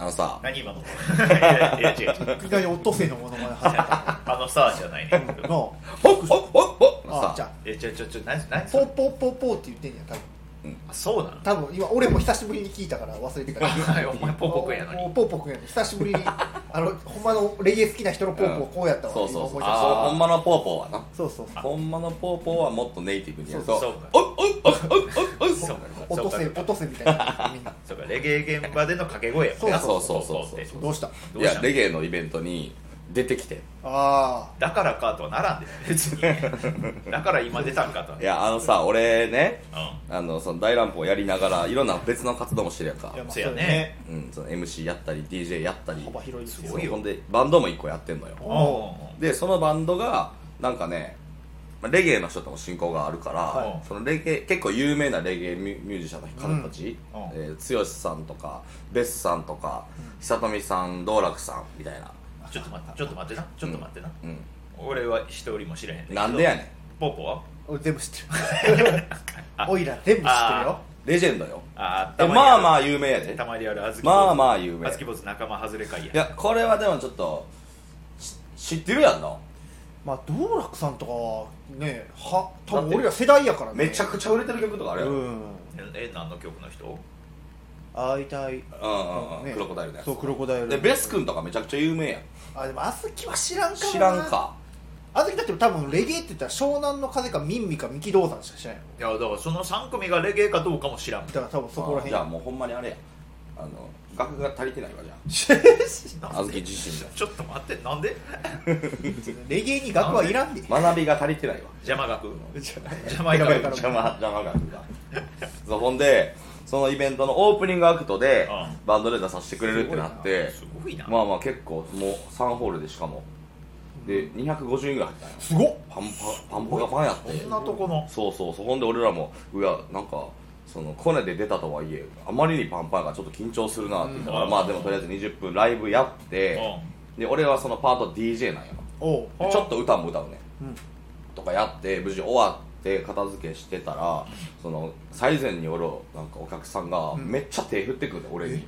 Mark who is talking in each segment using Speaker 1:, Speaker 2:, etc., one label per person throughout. Speaker 1: のさ
Speaker 2: 何今のいやいや違う違う
Speaker 3: いきなりオットセイのものまで始めた
Speaker 2: あのさじゃないね
Speaker 3: の を
Speaker 1: ほっほっほっほの
Speaker 3: あ
Speaker 1: さ
Speaker 3: じゃあ
Speaker 2: えちょちょちょ何何そ
Speaker 3: ポ
Speaker 2: れ
Speaker 3: ーポーポーポーって言ってんじゃん多分
Speaker 2: あそうなの
Speaker 3: 多分今俺も久しぶりに聞いたから忘れてたから
Speaker 2: はいお 前ポーポーくんやのに
Speaker 3: ポーポーくんやのに久し ぶりにあのほんまのレゲエ好きな人のポーポーこうやったわ
Speaker 1: そう
Speaker 3: 今
Speaker 1: そう
Speaker 3: 思
Speaker 1: そ
Speaker 3: いう出し
Speaker 1: あ
Speaker 3: た
Speaker 1: ーほんまのポーポーはな
Speaker 3: そうそうそう
Speaker 1: ほんまのポーポーはもっとネイティブにやると
Speaker 2: そうそう
Speaker 1: おっおっおっおっおっおっ
Speaker 2: そうか
Speaker 3: オ
Speaker 2: そ
Speaker 3: ッ
Speaker 2: う
Speaker 3: ト
Speaker 2: か
Speaker 3: セイオットセイみたいなみんな
Speaker 2: そうかレゲエ現場での掛け声やもん
Speaker 3: そう
Speaker 2: ね
Speaker 1: そうそうそうそう
Speaker 2: ポーポーって
Speaker 3: どうした
Speaker 1: いやレゲエのイベントに出てきて
Speaker 3: あ
Speaker 2: だからかとはならんで別にだから今出たんかとはい
Speaker 1: やあのさ俺ね
Speaker 2: う
Speaker 1: あのその大乱歩をやりながらいろんな別の活動もしてるやんか
Speaker 3: あいやまあ
Speaker 2: そうやね
Speaker 3: だ
Speaker 1: うん、その MC やったり DJ やったり
Speaker 3: 幅広いです
Speaker 2: す
Speaker 3: よ
Speaker 2: ごいよ
Speaker 1: ほんでバンドも一個やってんのよ
Speaker 2: ん
Speaker 3: お
Speaker 1: でそのバンドがなんかねまあレゲエの人とも親交があるから、
Speaker 2: はい
Speaker 1: そのレゲエ結構有名なレゲエミュミュージシャンの方たち、
Speaker 2: うんうん
Speaker 1: えー剛さんとかベスさんとか、久富さん道楽さんみたいな、
Speaker 2: ちょっと待ってちょっと待ってなちょっと待ってな、
Speaker 1: うん、
Speaker 2: 俺は一人も知らへんけど
Speaker 1: なんでやねん
Speaker 2: ポーポーは
Speaker 3: 俺全部知ってる おいら全部知ってるよ
Speaker 2: あ
Speaker 1: レジェンドよ
Speaker 2: あー
Speaker 1: で
Speaker 2: た
Speaker 1: まあま
Speaker 2: あ
Speaker 1: あ有名やで
Speaker 2: たまにあるあずき
Speaker 1: まあまあ有名
Speaker 2: あずき坊主仲間外れ会や
Speaker 1: いやこれはでもちょっとし知ってるやんな
Speaker 3: まあ道楽さんとかはねは多分俺ら世代やからね
Speaker 1: めちゃくちゃ売れてる曲とかあるやん、
Speaker 3: う
Speaker 1: うんうん
Speaker 3: ん
Speaker 2: ええ何の曲の人
Speaker 3: 会いた
Speaker 1: う
Speaker 3: い
Speaker 1: ん
Speaker 3: ね
Speaker 1: クロコダイルのやつ
Speaker 3: そうクロコダイル
Speaker 1: でベス君とかめちゃくちゃ有名やん
Speaker 3: あでもあずきは知らんかもな
Speaker 1: 知らんか
Speaker 3: あずきだって多分レゲエって言ったら湘南の風かミンミか三木道山しか知らんよ
Speaker 2: いやだからその3組がレゲエかどうかも知らん
Speaker 3: だから多分そこら
Speaker 1: あ
Speaker 3: 辺
Speaker 1: じゃあもうほんまにあれやあの額が足りてないわじゃああずき自身の
Speaker 2: ちょっと待ってなんで
Speaker 3: レゲエに額はいらんで
Speaker 1: 学びが足りてないわ
Speaker 2: 邪魔学邪魔
Speaker 3: やば
Speaker 2: 学
Speaker 3: いから
Speaker 1: 邪魔邪魔額がそうほんでそのイベントのオープニングアクトで
Speaker 2: う
Speaker 1: バンドで出させてくれるってなって
Speaker 2: すごいな、
Speaker 1: まあまあ結構もう3ホールでしかもで250人ぐらい入ったんよ
Speaker 3: すごっ
Speaker 1: パンパパンパがパンやって
Speaker 2: こんなとこの
Speaker 1: そうそうそうほんで俺らもうやなんかそのコネで出たとはいえあまりにパンパンがちょっと緊張するなって言ったから、
Speaker 2: うん
Speaker 1: まあでもとりあえず20分ライブやって、で俺はそのパート DJ なんや
Speaker 3: おう
Speaker 2: あ
Speaker 1: でちょっと歌も歌うね
Speaker 3: うん
Speaker 1: とかやって無事終わって片付けしてたらその最前におるなんかお客さんがめっちゃ手振ってくるね、俺に。
Speaker 3: うん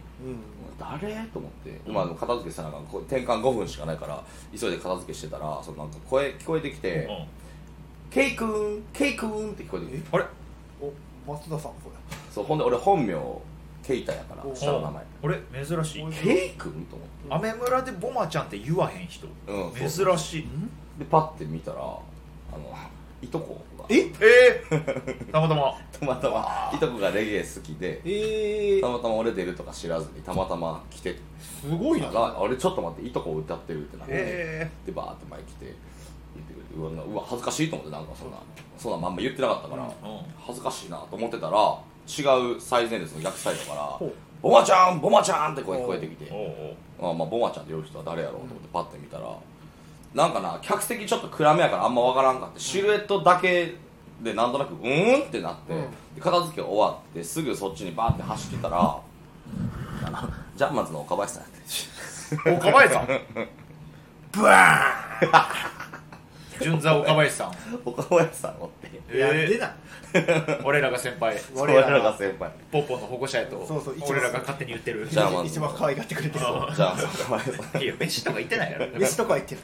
Speaker 1: 誰と思って、まあ、片付けしたらなんかこう転換5分しかないから急いで片付けしてたらそのなんか声聞こえてきて
Speaker 2: うん
Speaker 1: 「ケイくんケイくん」って聞こえてきて
Speaker 2: あれ
Speaker 3: お松田さんこれ
Speaker 1: そうほんで俺本名ケイタやから
Speaker 3: お
Speaker 1: 下の名前
Speaker 2: あれ珍しい
Speaker 1: ケイくんと思って
Speaker 2: アメ村でボマちゃんって言わへん人、
Speaker 1: うんそう
Speaker 2: 珍しい
Speaker 1: でパッて見たらあのいとこが
Speaker 3: え
Speaker 2: ええたまたま
Speaker 1: た またまいとこがレゲエ好きで
Speaker 3: え
Speaker 1: た
Speaker 3: ー
Speaker 1: またま俺出るとか知らずにたまたま来て
Speaker 3: すごい
Speaker 1: た
Speaker 3: な
Speaker 1: ら「あれちょっと待っていとこ歌ってる」ってなって、
Speaker 2: え
Speaker 1: でバーって前来て言ってくれてうわなうわ恥ずかしいと思ってなんかそんなそんなまんま言ってなかったから、
Speaker 2: うん
Speaker 1: 恥ずかしいなと思ってたら違う最前列の逆サイドから
Speaker 3: ほう
Speaker 1: 「ボマちゃんボマちゃん!」って声聞こえてきて
Speaker 2: えおうお
Speaker 1: あ
Speaker 2: う
Speaker 1: まあボマちゃんって呼ぶ人は誰やろうと思ってパッて見たら、なんかな客席ちょっと暗めやからあんまわからんかってシルエットだけでなんとなくうーんってなって、
Speaker 3: うん
Speaker 1: で片付け終わってすぐそっちにバーって走ってたらあのジャンマンズの岡林さんやって
Speaker 2: 岡 林さんブワーン順座岡林さん
Speaker 1: 岡林さんおって
Speaker 3: やってな
Speaker 2: 俺らが先輩
Speaker 3: 我らが
Speaker 1: 我らが先輩
Speaker 2: ポッポの保護者やと
Speaker 3: そうそう一番
Speaker 2: 俺らが勝手に言ってる
Speaker 1: ジャーマンズ
Speaker 3: 一番可愛がってくれてる
Speaker 2: あ
Speaker 1: ジャンマンズの岡林さん
Speaker 2: いや飯とか言ってないやろ
Speaker 3: 飯とか 言ってる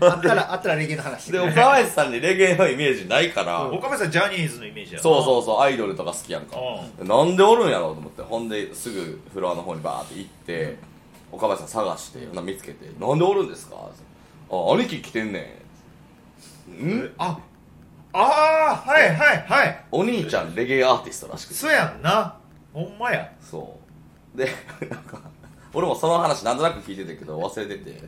Speaker 3: あったらあったらレゲエの話
Speaker 1: で岡林さんにレゲエのイメージないから、
Speaker 2: 岡部さんジャニーズのイメージやな
Speaker 1: そうそうそうアイドルとか好きやんか、なんでおるんやろうと思ってほんですぐフロアの方にバーって行って、岡林さん探してほな見つけて「なんでおるんですか?」ってあ兄貴来てんねん」ん
Speaker 2: ああーはいはいはい
Speaker 1: お兄ちゃんレゲエアーティストらしくて
Speaker 2: そうやんなほんまや
Speaker 1: そうでなんか俺もその話なんとなく聞いてたけど忘れてて
Speaker 2: う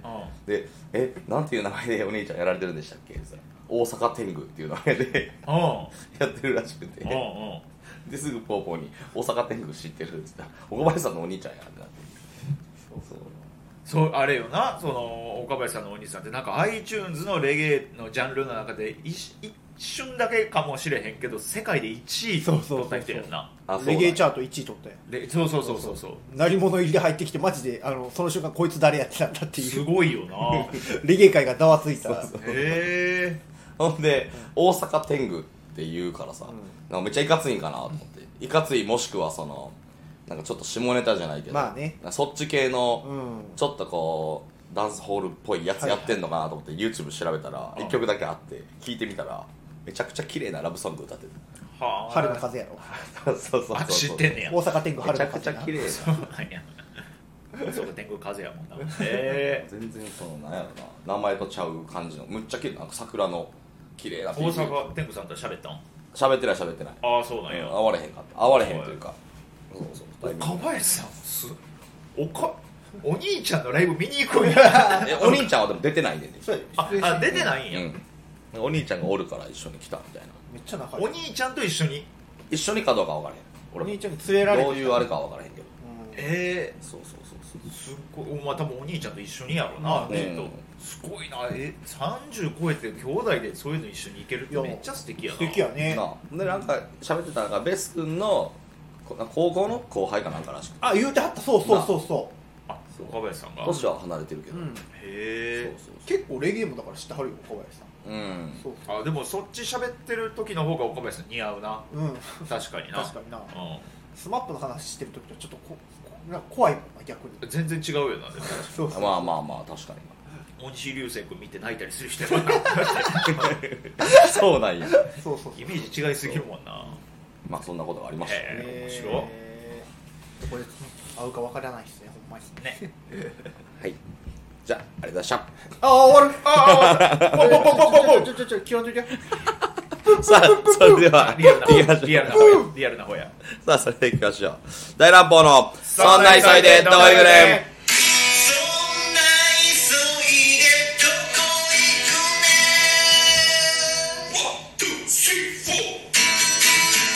Speaker 1: で「えなんていう名前でお兄ちゃんやられてるんでしたっけ?」って言ったら大阪天狗っていう名前で
Speaker 2: んうん
Speaker 1: やってるらしくて
Speaker 2: うんうん
Speaker 1: ですぐぽーぽーに「大阪天狗知ってる」っつったら「岡林さんのお兄ちゃんや」ってなってそうそう
Speaker 2: そうあれよなその岡林さんのお兄さんってなんか iTunes のレゲエのジャンルの中で一一瞬だけかもしれへんけど世界で1位
Speaker 3: そうそうそう
Speaker 2: 取った人やんな
Speaker 1: あそう
Speaker 3: レゲエチ
Speaker 1: ゃ
Speaker 3: ャート1位取ったよ
Speaker 2: でそうそうそうそうそう
Speaker 3: 鳴り物入りで入ってきてマジであのその瞬間こいつ誰やってたんだってい
Speaker 2: す
Speaker 3: う
Speaker 2: ごいよ な
Speaker 3: レゲエ界がざわついた
Speaker 2: へえ
Speaker 1: ほんで「大阪天狗」って言うからさ、
Speaker 3: ん
Speaker 1: なんかめっちゃいかついんかなと思っていかついもしくはそのなんかちょっと下ネタじゃないけど、
Speaker 3: まあね
Speaker 1: なんかそっち系の、
Speaker 3: うん
Speaker 1: ちょっとこうダンスホールっぽいやつやってんのかなと思って YouTube 調べたら
Speaker 2: うん
Speaker 1: 1曲だけあって聴いてみたらめちゃくちゃ綺麗なラブソング歌 ってる
Speaker 2: はあ
Speaker 3: 春の風やろ
Speaker 1: そうそうそう
Speaker 2: あ知ってんねや
Speaker 3: 大阪天狗
Speaker 1: め
Speaker 3: 春
Speaker 1: ちゃ
Speaker 3: の
Speaker 1: く
Speaker 3: 風
Speaker 1: ちゃ
Speaker 3: やな
Speaker 1: 綺麗
Speaker 2: そ
Speaker 1: な
Speaker 2: うなんやそうか天狗風やもんなへえ
Speaker 1: 全然そのなんやろな名前とちゃう感じのむっちゃ綺麗ななんか桜の綺麗な
Speaker 2: 大阪天狗さんとは喋ったん
Speaker 1: 喋ってない喋ってない
Speaker 2: ああそうなんや
Speaker 1: 会われへんかった会われへんというかそうそう二人
Speaker 2: 岡
Speaker 1: 組
Speaker 2: 林さんもすおかお兄ちゃんのライブ見に行こう や
Speaker 1: えお兄ちゃんはでも出てないねんで
Speaker 3: そうや
Speaker 2: ああ出てないんや、
Speaker 1: うんお兄ちゃんがおるから一緒に来たみたいな
Speaker 3: めっちゃ仲いい
Speaker 2: お兄ちゃんと一緒に
Speaker 1: 一緒にかどうかは分からへん
Speaker 3: お兄
Speaker 1: 俺
Speaker 3: ちゃんに連れられて
Speaker 1: どういうあれかは分からへんけど
Speaker 3: うん
Speaker 2: え
Speaker 1: そうそうそうそう
Speaker 2: ー、すっごいお前多分お兄ちゃんと一緒にやろうな、
Speaker 1: うん
Speaker 2: きっとすごいなえ30超えて兄弟でそういうの一緒に行けるって
Speaker 3: いや
Speaker 2: めっちゃ素敵やな
Speaker 3: 素敵やね
Speaker 1: なあでなんか喋ってたのがベス君のこ高校の後輩かなんからしくて
Speaker 3: あ言うてはったそうそうそうそ
Speaker 2: あ岡林さんが
Speaker 1: 年は離れてるけ
Speaker 3: う、う
Speaker 1: ど
Speaker 3: ん、
Speaker 2: へえ
Speaker 1: そうそう
Speaker 3: 結構レゲエもだから知ってはるよ小林さん
Speaker 1: そううん
Speaker 3: そう
Speaker 2: あでもそっち喋ってる時の方が岡林さん似合うな
Speaker 3: そううん
Speaker 2: 確かにな
Speaker 3: 確かにな
Speaker 2: うん
Speaker 3: スマップの話してる時とちょっとここなんか怖いもんな逆に
Speaker 2: 全然違うよなでも
Speaker 3: そうそう
Speaker 1: まあまあまあ確か に
Speaker 2: 大西流星君見て泣いたりする人やもんな
Speaker 1: そうなんや
Speaker 3: そうそうそう
Speaker 2: イメージ違いすぎるもんな
Speaker 1: まあそんなことがありました
Speaker 2: へ
Speaker 1: ね
Speaker 2: 面白い
Speaker 3: えーこれ合うかわからないですねほんまに
Speaker 2: ね
Speaker 1: はいじゃあありがとうございま
Speaker 3: ああ終わる
Speaker 2: ああポンポンポンポンポン
Speaker 3: ちょちょちょ切らんといて
Speaker 1: したさあそれでは
Speaker 2: リアルな
Speaker 1: 行きま
Speaker 2: 方
Speaker 1: しょう
Speaker 2: リアルな方やリアルな方や
Speaker 1: さあそれでは行きましょう大乱暴のそんな急いでどこ行くねん
Speaker 4: そんな急いでどこ行くねん One, two, three, four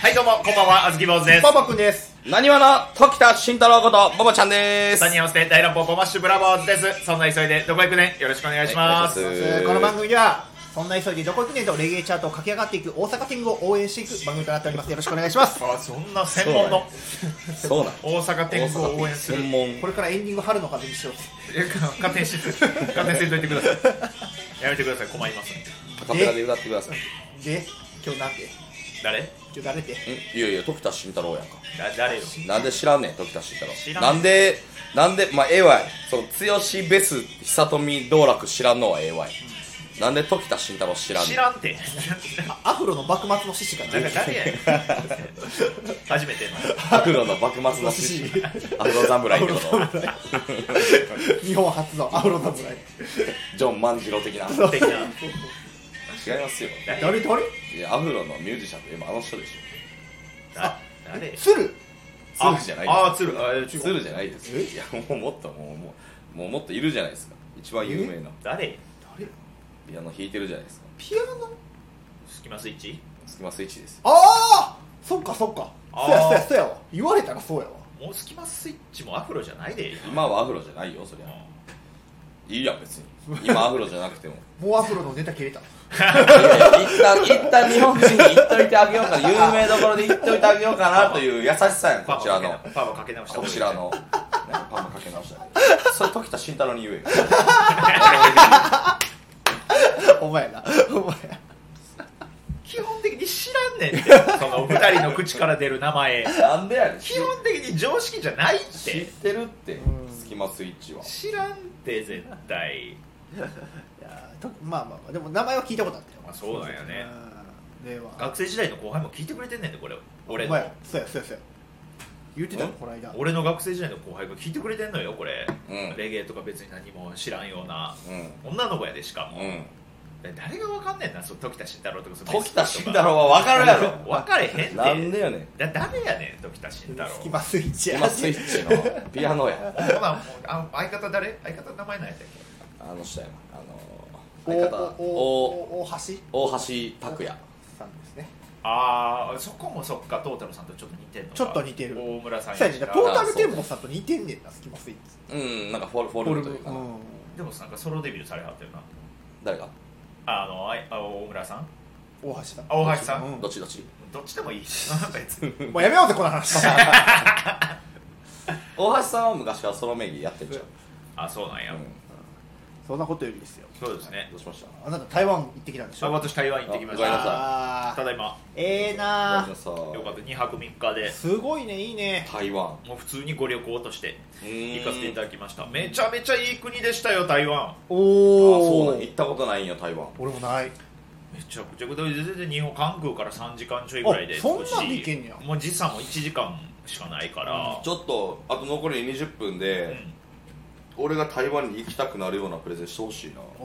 Speaker 2: はいどうもこんばんはあずき坊主です
Speaker 3: パパくんです
Speaker 1: なにわの時田慎太郎ことボボちゃんです
Speaker 2: 3人合わせて大乱暴ポンマッシュブラボーズですそんな急いでどこ行くねんよろしくお願いします、
Speaker 1: はいお願いし
Speaker 3: えーこの番組ではそんな急いでどこ行くねんとレゲエチャートを駆け上がっていく大阪天狗を応援していく番組となっておりますよろしくお願いします
Speaker 2: あそんな専門の
Speaker 1: そうなん
Speaker 2: 大阪天狗を応援する
Speaker 1: 専門
Speaker 3: これからエンディング春の風にしよう
Speaker 2: いや勝手にし勝手にせんといてくださいやめてください困りますんで
Speaker 1: アカペラで歌ってください
Speaker 3: で今日なんて
Speaker 2: 誰
Speaker 3: 今日誰て
Speaker 1: んいやいや時田慎太郎やんか
Speaker 2: だ誰よ
Speaker 1: なんで知らんねん時田慎太郎
Speaker 2: 知らん
Speaker 1: なんでなんでまあええわいその剛ベス久富道楽知らんのはええわい、なんで時田慎太郎知らんね
Speaker 2: 知
Speaker 1: ん
Speaker 2: らんて
Speaker 3: アフロの幕末の獅子か
Speaker 2: なん
Speaker 3: な
Speaker 2: か誰やねん初めての
Speaker 1: アフロの幕末の獅子アフロ侍ってこと
Speaker 3: 日本初のアフロ侍
Speaker 1: ジョン万次郎的な違い
Speaker 2: 的な
Speaker 1: ますよ
Speaker 3: 誰誰
Speaker 1: いやアフロのミュージシャンって今あの人でし
Speaker 2: だ誰
Speaker 3: 鶴
Speaker 1: ょ鶴じゃない
Speaker 2: ああ鶴あ違う
Speaker 1: です鶴じゃないです
Speaker 3: え
Speaker 1: いやもうもっともうもうもうもっといるじゃないですか一番有名な
Speaker 2: 誰
Speaker 3: 誰
Speaker 1: ピアノ弾いてるじゃないですか
Speaker 3: ピアノ
Speaker 2: スキマスイッチ
Speaker 1: スキマスイッチです
Speaker 3: ああそっかそっか
Speaker 2: あー
Speaker 3: そうやそうやそうやわ言われたらそうやわ
Speaker 2: もうスキマスイッチもアフロじゃないで
Speaker 1: 今はアフロじゃないよそりゃ
Speaker 2: う
Speaker 1: いいやん 別に今アフロじゃなくても
Speaker 3: もうアフロのネタ切れた
Speaker 1: 一旦一旦日本人に言っといてあげようかな有名どころで言っといてあげようかなという優しさやん
Speaker 2: んパ
Speaker 1: こ
Speaker 2: パ
Speaker 1: ちら
Speaker 2: かけ
Speaker 1: の
Speaker 2: なパパかけ直した
Speaker 1: こちらのなんかパンもかけ直したねそれ時田慎太郎に 言えよ
Speaker 3: お前やなお前や
Speaker 2: 基本的に知らんねんってその二人の口から出る名前
Speaker 1: なんでやねん知
Speaker 2: 基本的に常識じゃないっ
Speaker 1: 知っててるって
Speaker 3: うん
Speaker 1: スキマスイッチは
Speaker 2: 知らんって絶対
Speaker 3: いやーとまあまあまあでも名前は聞いたことあったよ
Speaker 2: まあそうなんやね
Speaker 3: うんでは
Speaker 2: 学生時代の後輩も聞いてくれてんねんでこれ俺
Speaker 3: お
Speaker 2: の
Speaker 3: 前やそうやそうやそうや言ってたよ
Speaker 1: ん
Speaker 3: この間
Speaker 2: 俺の学生時代の後輩が聞いてくれてんのよこれ、
Speaker 1: うん
Speaker 2: レゲエとか別に何も知らんような
Speaker 1: うん
Speaker 2: 女の子やでしかも、
Speaker 1: うん
Speaker 2: え誰がわかんねんなその時田慎太郎とかその
Speaker 1: 時田慎太郎は分かるやろ
Speaker 2: 分かれへん
Speaker 1: な
Speaker 2: て
Speaker 1: んでやねん
Speaker 2: だ誰やねん時田慎太郎
Speaker 3: スキマスイッチ
Speaker 1: スキ
Speaker 3: や
Speaker 1: マスイッチのピアノや
Speaker 2: ほなもうあ相方誰相方の名前なんやったっ
Speaker 1: あの人やなあ
Speaker 3: お
Speaker 1: の相方
Speaker 3: お
Speaker 1: お
Speaker 3: おお大橋
Speaker 1: 大橋拓也
Speaker 3: さんですね
Speaker 2: けああそこもそっかトータルさんとちょっと似てんのか
Speaker 3: ちょっと似てる
Speaker 2: 大村さん
Speaker 3: そうやねんなトータルテン
Speaker 1: あそ
Speaker 3: ポさんと似てんねんなスキマスイッチ
Speaker 1: うんなんかフォルフォルムというかな
Speaker 3: うん
Speaker 2: でもなんかソロデビューされはったよな
Speaker 1: 誰が
Speaker 2: あのあいあ大村さん
Speaker 3: 大橋さん
Speaker 2: あ大橋さん
Speaker 3: うん
Speaker 1: どっちどっち
Speaker 2: どっちでもいいしな別 に
Speaker 3: もうやめようぜこの話
Speaker 1: 大橋さんは昔からソロ名義やってんじゃん
Speaker 2: あそうなんや、
Speaker 1: うん
Speaker 3: そんなことよりですよ
Speaker 2: そうですね
Speaker 1: どうしました
Speaker 3: あなた台湾行ってきたんでし
Speaker 2: あ
Speaker 3: ょ
Speaker 2: 私台湾行ってきまし
Speaker 1: ごめんな
Speaker 2: た
Speaker 1: さい
Speaker 3: あ
Speaker 2: た
Speaker 3: ー
Speaker 2: だいま
Speaker 3: ええ
Speaker 1: ごめ
Speaker 3: なん
Speaker 1: なさい
Speaker 2: よかった2泊3日です
Speaker 3: ごいねいいね
Speaker 1: 台湾
Speaker 2: もう普通にご旅行として行
Speaker 1: 行
Speaker 2: かせていただきましためちゃめちゃいい国でしたよ台湾
Speaker 3: お
Speaker 1: あそう
Speaker 3: お
Speaker 1: なん行ったことないんよ台湾
Speaker 3: 俺もない
Speaker 2: めちゃくちゃ全然日本関空から3時間ちょいぐらいで
Speaker 3: あそんなん
Speaker 2: 少し
Speaker 3: で行けんねや
Speaker 2: もう時差も1時間しかないから
Speaker 1: ちょっとあと残り20分で、俺が台湾に行きたくなるようなプレゼンしてほしいな
Speaker 3: お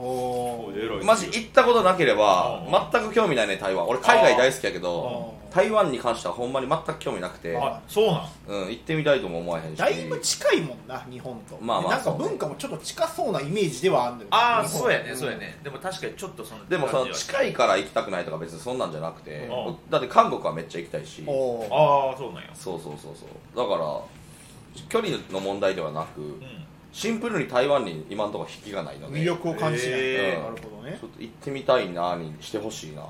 Speaker 3: おー
Speaker 2: うん
Speaker 1: マジ行ったことなければ
Speaker 2: うん
Speaker 1: 全く興味ないね台湾俺海外大好きやけど
Speaker 3: うん
Speaker 1: 台湾に関してはほんまに全く興味なくて、
Speaker 2: あそうなん
Speaker 1: うん、行ってみたいとも思わへんし
Speaker 3: だいぶ近いもんな日本と
Speaker 1: まあまあ
Speaker 3: なんか文化もちょっと近そうなイメージではあるんだよ
Speaker 2: ああ
Speaker 3: 日本
Speaker 2: そうやねそうやねでも確かにちょっとその
Speaker 1: でもその
Speaker 2: 感じは
Speaker 1: 近いから行きたくないとか別にそんなんじゃなくて
Speaker 2: う
Speaker 1: だって韓国はめっちゃ行きたいし
Speaker 3: お
Speaker 1: そ
Speaker 3: お
Speaker 2: ああそうなんや
Speaker 1: うそうそうそうだから距離の問題ではなく、
Speaker 2: うん
Speaker 1: シンプルに台湾に今のところ引きがないので
Speaker 3: 魅力を感じない、
Speaker 2: え
Speaker 1: ー
Speaker 3: なるほどね
Speaker 1: ちょっと行ってみたいなにしてほしいな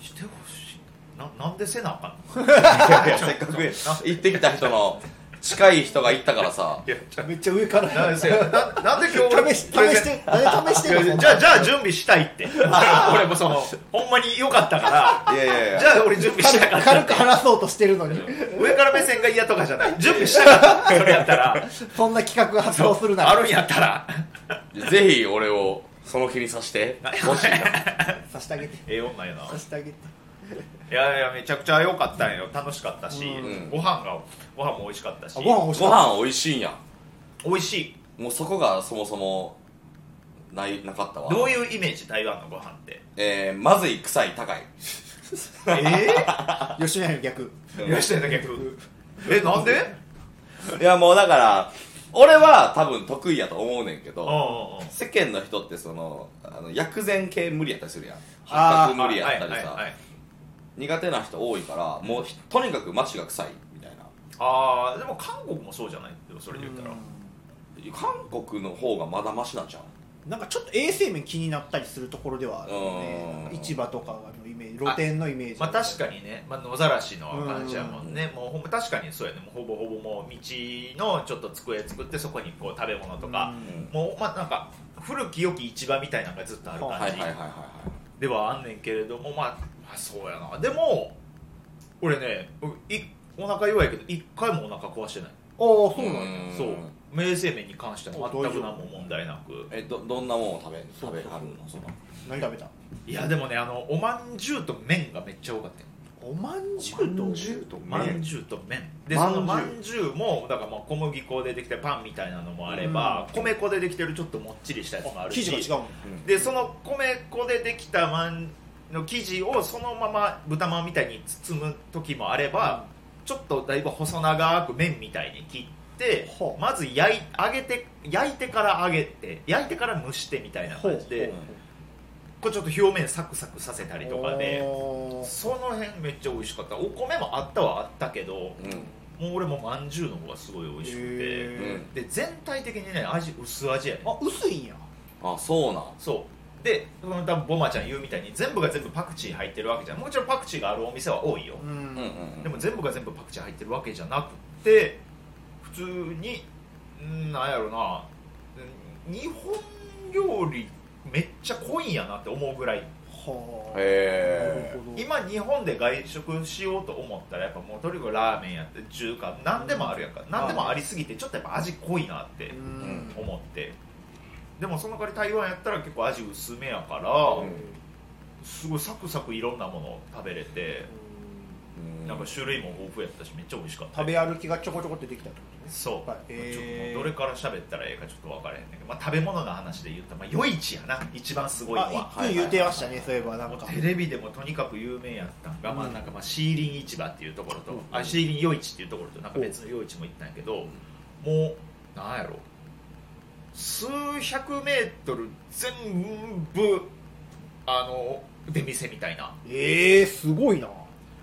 Speaker 2: してほしいななんでせなあかんの
Speaker 1: いやせっかく行ってきた人の近い人が行ったからさ
Speaker 2: いやじゃ
Speaker 3: めっちゃ上から
Speaker 2: あなんでせななんで今日俺
Speaker 3: 試し試して何で試してんの
Speaker 2: い
Speaker 3: そ
Speaker 2: や
Speaker 3: んな
Speaker 2: じゃあじゃあ準備したいって 俺もそのほんまに良かったから
Speaker 1: いやいやいや
Speaker 2: じゃあ俺準備し
Speaker 3: 軽
Speaker 2: なか
Speaker 3: く
Speaker 2: った
Speaker 3: 軽く話そうとしてるのに
Speaker 2: 上から目線が嫌とかじゃない 準備したかったそれやったら
Speaker 3: そんな企画発動するな
Speaker 2: あ
Speaker 3: ら
Speaker 2: るんやったら
Speaker 1: ぜひ俺をその気にさせてほしいな
Speaker 3: さしてあげて
Speaker 2: ええ女やな
Speaker 3: さしてあげて
Speaker 2: いやいやめちゃくちゃ良かったんよ楽しかったし、
Speaker 1: うん
Speaker 2: ご飯がご飯も美味しかったし
Speaker 3: あご飯美味し
Speaker 1: ご
Speaker 3: かっ
Speaker 1: 飯美味しいんや
Speaker 2: 美味しい
Speaker 1: もうそこがそもそもないなかったわ
Speaker 2: どういうイメージ台湾のご飯って
Speaker 1: えー、まずい臭い高い
Speaker 2: え
Speaker 3: た吉野家の逆
Speaker 2: えー、吉野家 逆えなんでうん
Speaker 1: いやもうだから俺は多分得意やと思うねんけど
Speaker 2: うんうん
Speaker 1: 世間の人ってそのあの薬膳系無理やったりするやん
Speaker 3: あ
Speaker 1: 八
Speaker 3: ー
Speaker 1: 角無理やったりさ、
Speaker 2: はいはいはい
Speaker 1: 苦手な人多いからもうひとにかく街が臭いみたいな
Speaker 2: ああでも韓国もそうじゃないでもそれで言ったら
Speaker 1: 韓国の方がまだマシなんちゃう
Speaker 3: なんかちょっと衛生面気になったりするところではあるよね
Speaker 1: うん
Speaker 3: なんか市場とかのイメージ露店のイメージ
Speaker 2: まあ確かにね、まあ、野ざらしの感じやもんね、もうほんま確かにそうやねもうほぼほぼもう道のちょっと机作ってそこにこう食べ物とか、
Speaker 1: うん
Speaker 2: もうまあなんか古き良き市場みたいなのがずっとある
Speaker 1: はいはい
Speaker 2: 感
Speaker 1: はいはい
Speaker 2: じ
Speaker 1: はい
Speaker 2: ではあんねんけれども、まあ、まあそうやなでも俺ねいお腹弱いけど一回もお腹壊してない、
Speaker 3: おおそうなんや
Speaker 1: ん
Speaker 2: そう明生麺に関しては
Speaker 3: あ大丈
Speaker 2: 全
Speaker 3: 夫
Speaker 2: く何も問題なく
Speaker 1: えどどんなもんを食べ食べはるのその
Speaker 3: 何食べた
Speaker 2: いやでもねあのおまんじゅうと麺がめっちゃ多かったよ
Speaker 3: おまんじゅうと
Speaker 1: おまんじゅうと麺
Speaker 2: まんじゅうと麺で
Speaker 1: まん
Speaker 2: そ
Speaker 1: じゅう
Speaker 2: のまんじゅうもだからまあ小麦粉でできたパンみたいなのもあれば、米粉でできてるちょっともっちりしたやつもある
Speaker 3: 生
Speaker 2: し
Speaker 3: 地が違うもん
Speaker 2: でその米粉でできたまんの生地をそのまま豚まんみたいに包む時もあれば、ちょっとだいぶ細長く麺みたいに切って
Speaker 3: ほう
Speaker 2: まず焼い揚げて焼いてから揚げて焼いてから蒸してみたいな
Speaker 3: ほう
Speaker 2: 感じでこれちょっと表面サクサクさせたりとかで。
Speaker 3: おー
Speaker 2: その辺めっちゃ美味しかったお米もあったはあったけど、
Speaker 1: うん
Speaker 2: もう俺もまんじゅうの方がすごい美味しくて、
Speaker 3: へ
Speaker 1: う
Speaker 3: ー
Speaker 1: ん
Speaker 2: で全体的にね味薄味やね
Speaker 3: あ薄いんや
Speaker 1: あそうなん
Speaker 2: そうでその多分ボマちゃん言うみたいに全部が全部パクチー入ってるわけじゃんもちろんパクチーがあるお店は多いよ
Speaker 3: う、
Speaker 1: うんうんん
Speaker 2: でも全部が全部パクチー入ってるわけじゃなくて普通にうんなんやろなうん日本料理めっちゃ濃いんやなって思うぐらい
Speaker 3: は
Speaker 1: うん
Speaker 3: あ
Speaker 1: へえ
Speaker 2: 今日本で外食しようと思ったらやっぱもうとにかくラーメンやって中華何でもあるやんか何でもありすぎてちょっとやっぱ味濃いなって
Speaker 3: うん
Speaker 2: 思ってでもその代わり台湾やったら結構味薄めやから、すごいサクサクいろんなものを食べれてなんか種類も豊富やったしめっちゃ美味しかった
Speaker 3: 食べ歩きがちょこちょこってできたってことね
Speaker 2: そう、
Speaker 3: はいえー
Speaker 2: ちょっともうどれから喋ったらええかちょっと分からへんねんけど、まあ、食べ物の話で言ったら、まあ、夜市やな一番すごいのは
Speaker 3: あ一分言うてましたねそういえばなん
Speaker 2: もう
Speaker 3: か
Speaker 2: テレビでもとにかく有名やったんが、まあ
Speaker 3: うん
Speaker 2: なんかまあシーリン市場っていうところと、
Speaker 1: うん
Speaker 2: あシーリン夜市っていうところとなんか別の夜市も行ったんやけど、もうなんやろ数百メートル全部あの出店みたいな
Speaker 3: ええすごいな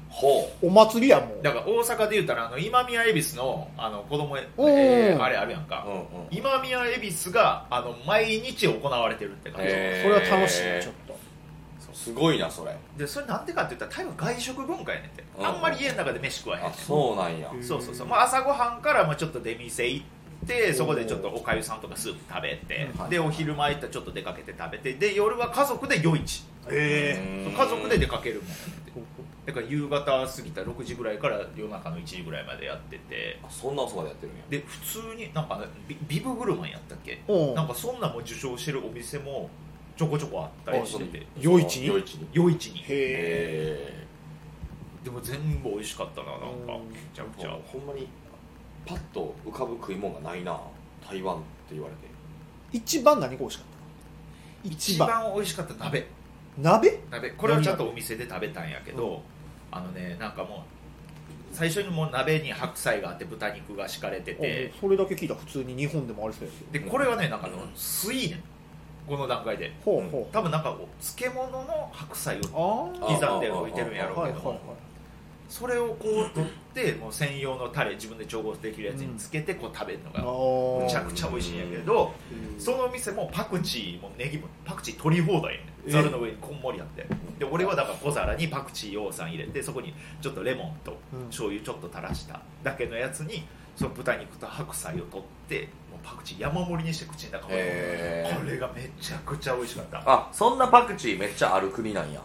Speaker 1: ほ
Speaker 3: お祭りやもう
Speaker 2: だから大阪で言ったらあの今宮恵比寿のあの子供、え
Speaker 3: おー
Speaker 2: ーあれあるやんか
Speaker 1: う、うんうん
Speaker 2: 今宮恵比寿があの毎日行われてるって感じ、
Speaker 1: へ
Speaker 3: それは楽しいな
Speaker 1: えー
Speaker 3: ちょっと
Speaker 1: すごいなそれ
Speaker 2: でそれなんでかって言ったら台湾外食文化やねんって、
Speaker 1: うん
Speaker 2: あんまり家の中で飯食わへんね
Speaker 1: あ
Speaker 2: ん
Speaker 1: そうなんや
Speaker 3: うん
Speaker 2: そうそうそう、まあ、朝ごはんからまあちょっと出店行っってそこでちょっとおかゆさんとかスープ食べて
Speaker 3: うんはい
Speaker 2: でお昼前行ったらちょっと出かけて食べてで夜は家族で夜市
Speaker 1: う
Speaker 3: え
Speaker 1: ん
Speaker 2: 家族で出かけるもんやってだから夕方過ぎた6時ぐらいから夜中の1時ぐらいまでやってて
Speaker 1: あそんな遅までやってるんや
Speaker 2: で普通になんかビビブグルマンやったっけ
Speaker 3: おう
Speaker 2: なんかそんなんも受賞してるお店もちょこちょこあったりしてて
Speaker 3: 夜市に
Speaker 1: 夜市に
Speaker 2: 夜市に
Speaker 3: へえ
Speaker 1: え
Speaker 2: でも全部美味しかったななんか
Speaker 3: うん
Speaker 2: めちゃく
Speaker 1: じ
Speaker 2: ち
Speaker 1: ゃ
Speaker 2: ゃ
Speaker 1: あほんまにパッと浮かぶ食い物がないな台湾って言われて
Speaker 3: 一番何が美味しかった一
Speaker 2: 一
Speaker 3: 番
Speaker 2: 番美味しかった鍋
Speaker 3: 鍋
Speaker 2: 鍋これはちゃんとお店で食べたんやけど、あのねなんかもう最初にもう鍋に白菜があって豚肉が敷かれてて
Speaker 3: おそれだけ聞いたら普通に日本でもありそうやけど
Speaker 2: でこれはねなんかあのスイーねんこの段階で
Speaker 3: ほうほう
Speaker 2: 多分なんかお漬物の白菜を
Speaker 3: あ
Speaker 2: 刻んで置いてるんや
Speaker 3: あ
Speaker 2: ろう
Speaker 3: は
Speaker 2: け
Speaker 3: い
Speaker 2: ど
Speaker 3: はい
Speaker 2: も、
Speaker 3: はい
Speaker 2: それをこう取ってもう専用のタレ自分で調合できるやつにつけてこう食べるの
Speaker 3: あ
Speaker 2: が
Speaker 3: ー
Speaker 2: むちゃくちゃ美味しいんやけど、
Speaker 3: うん
Speaker 2: そのお店もパクチーもネギもパクチー取り放題ね
Speaker 3: え
Speaker 2: ざるの上にこんもりあってで俺はだから小皿にパクチーをさん入れてそこにちょっとレモンと
Speaker 3: うん
Speaker 2: 醤油ちょっと垂らしただけのやつにその豚肉と白菜を取ってもうパクチー山盛りにして口の中まで
Speaker 1: へー
Speaker 2: これがめちゃくちゃ美味しかった
Speaker 1: あそんなパクチーめっちゃある国なんや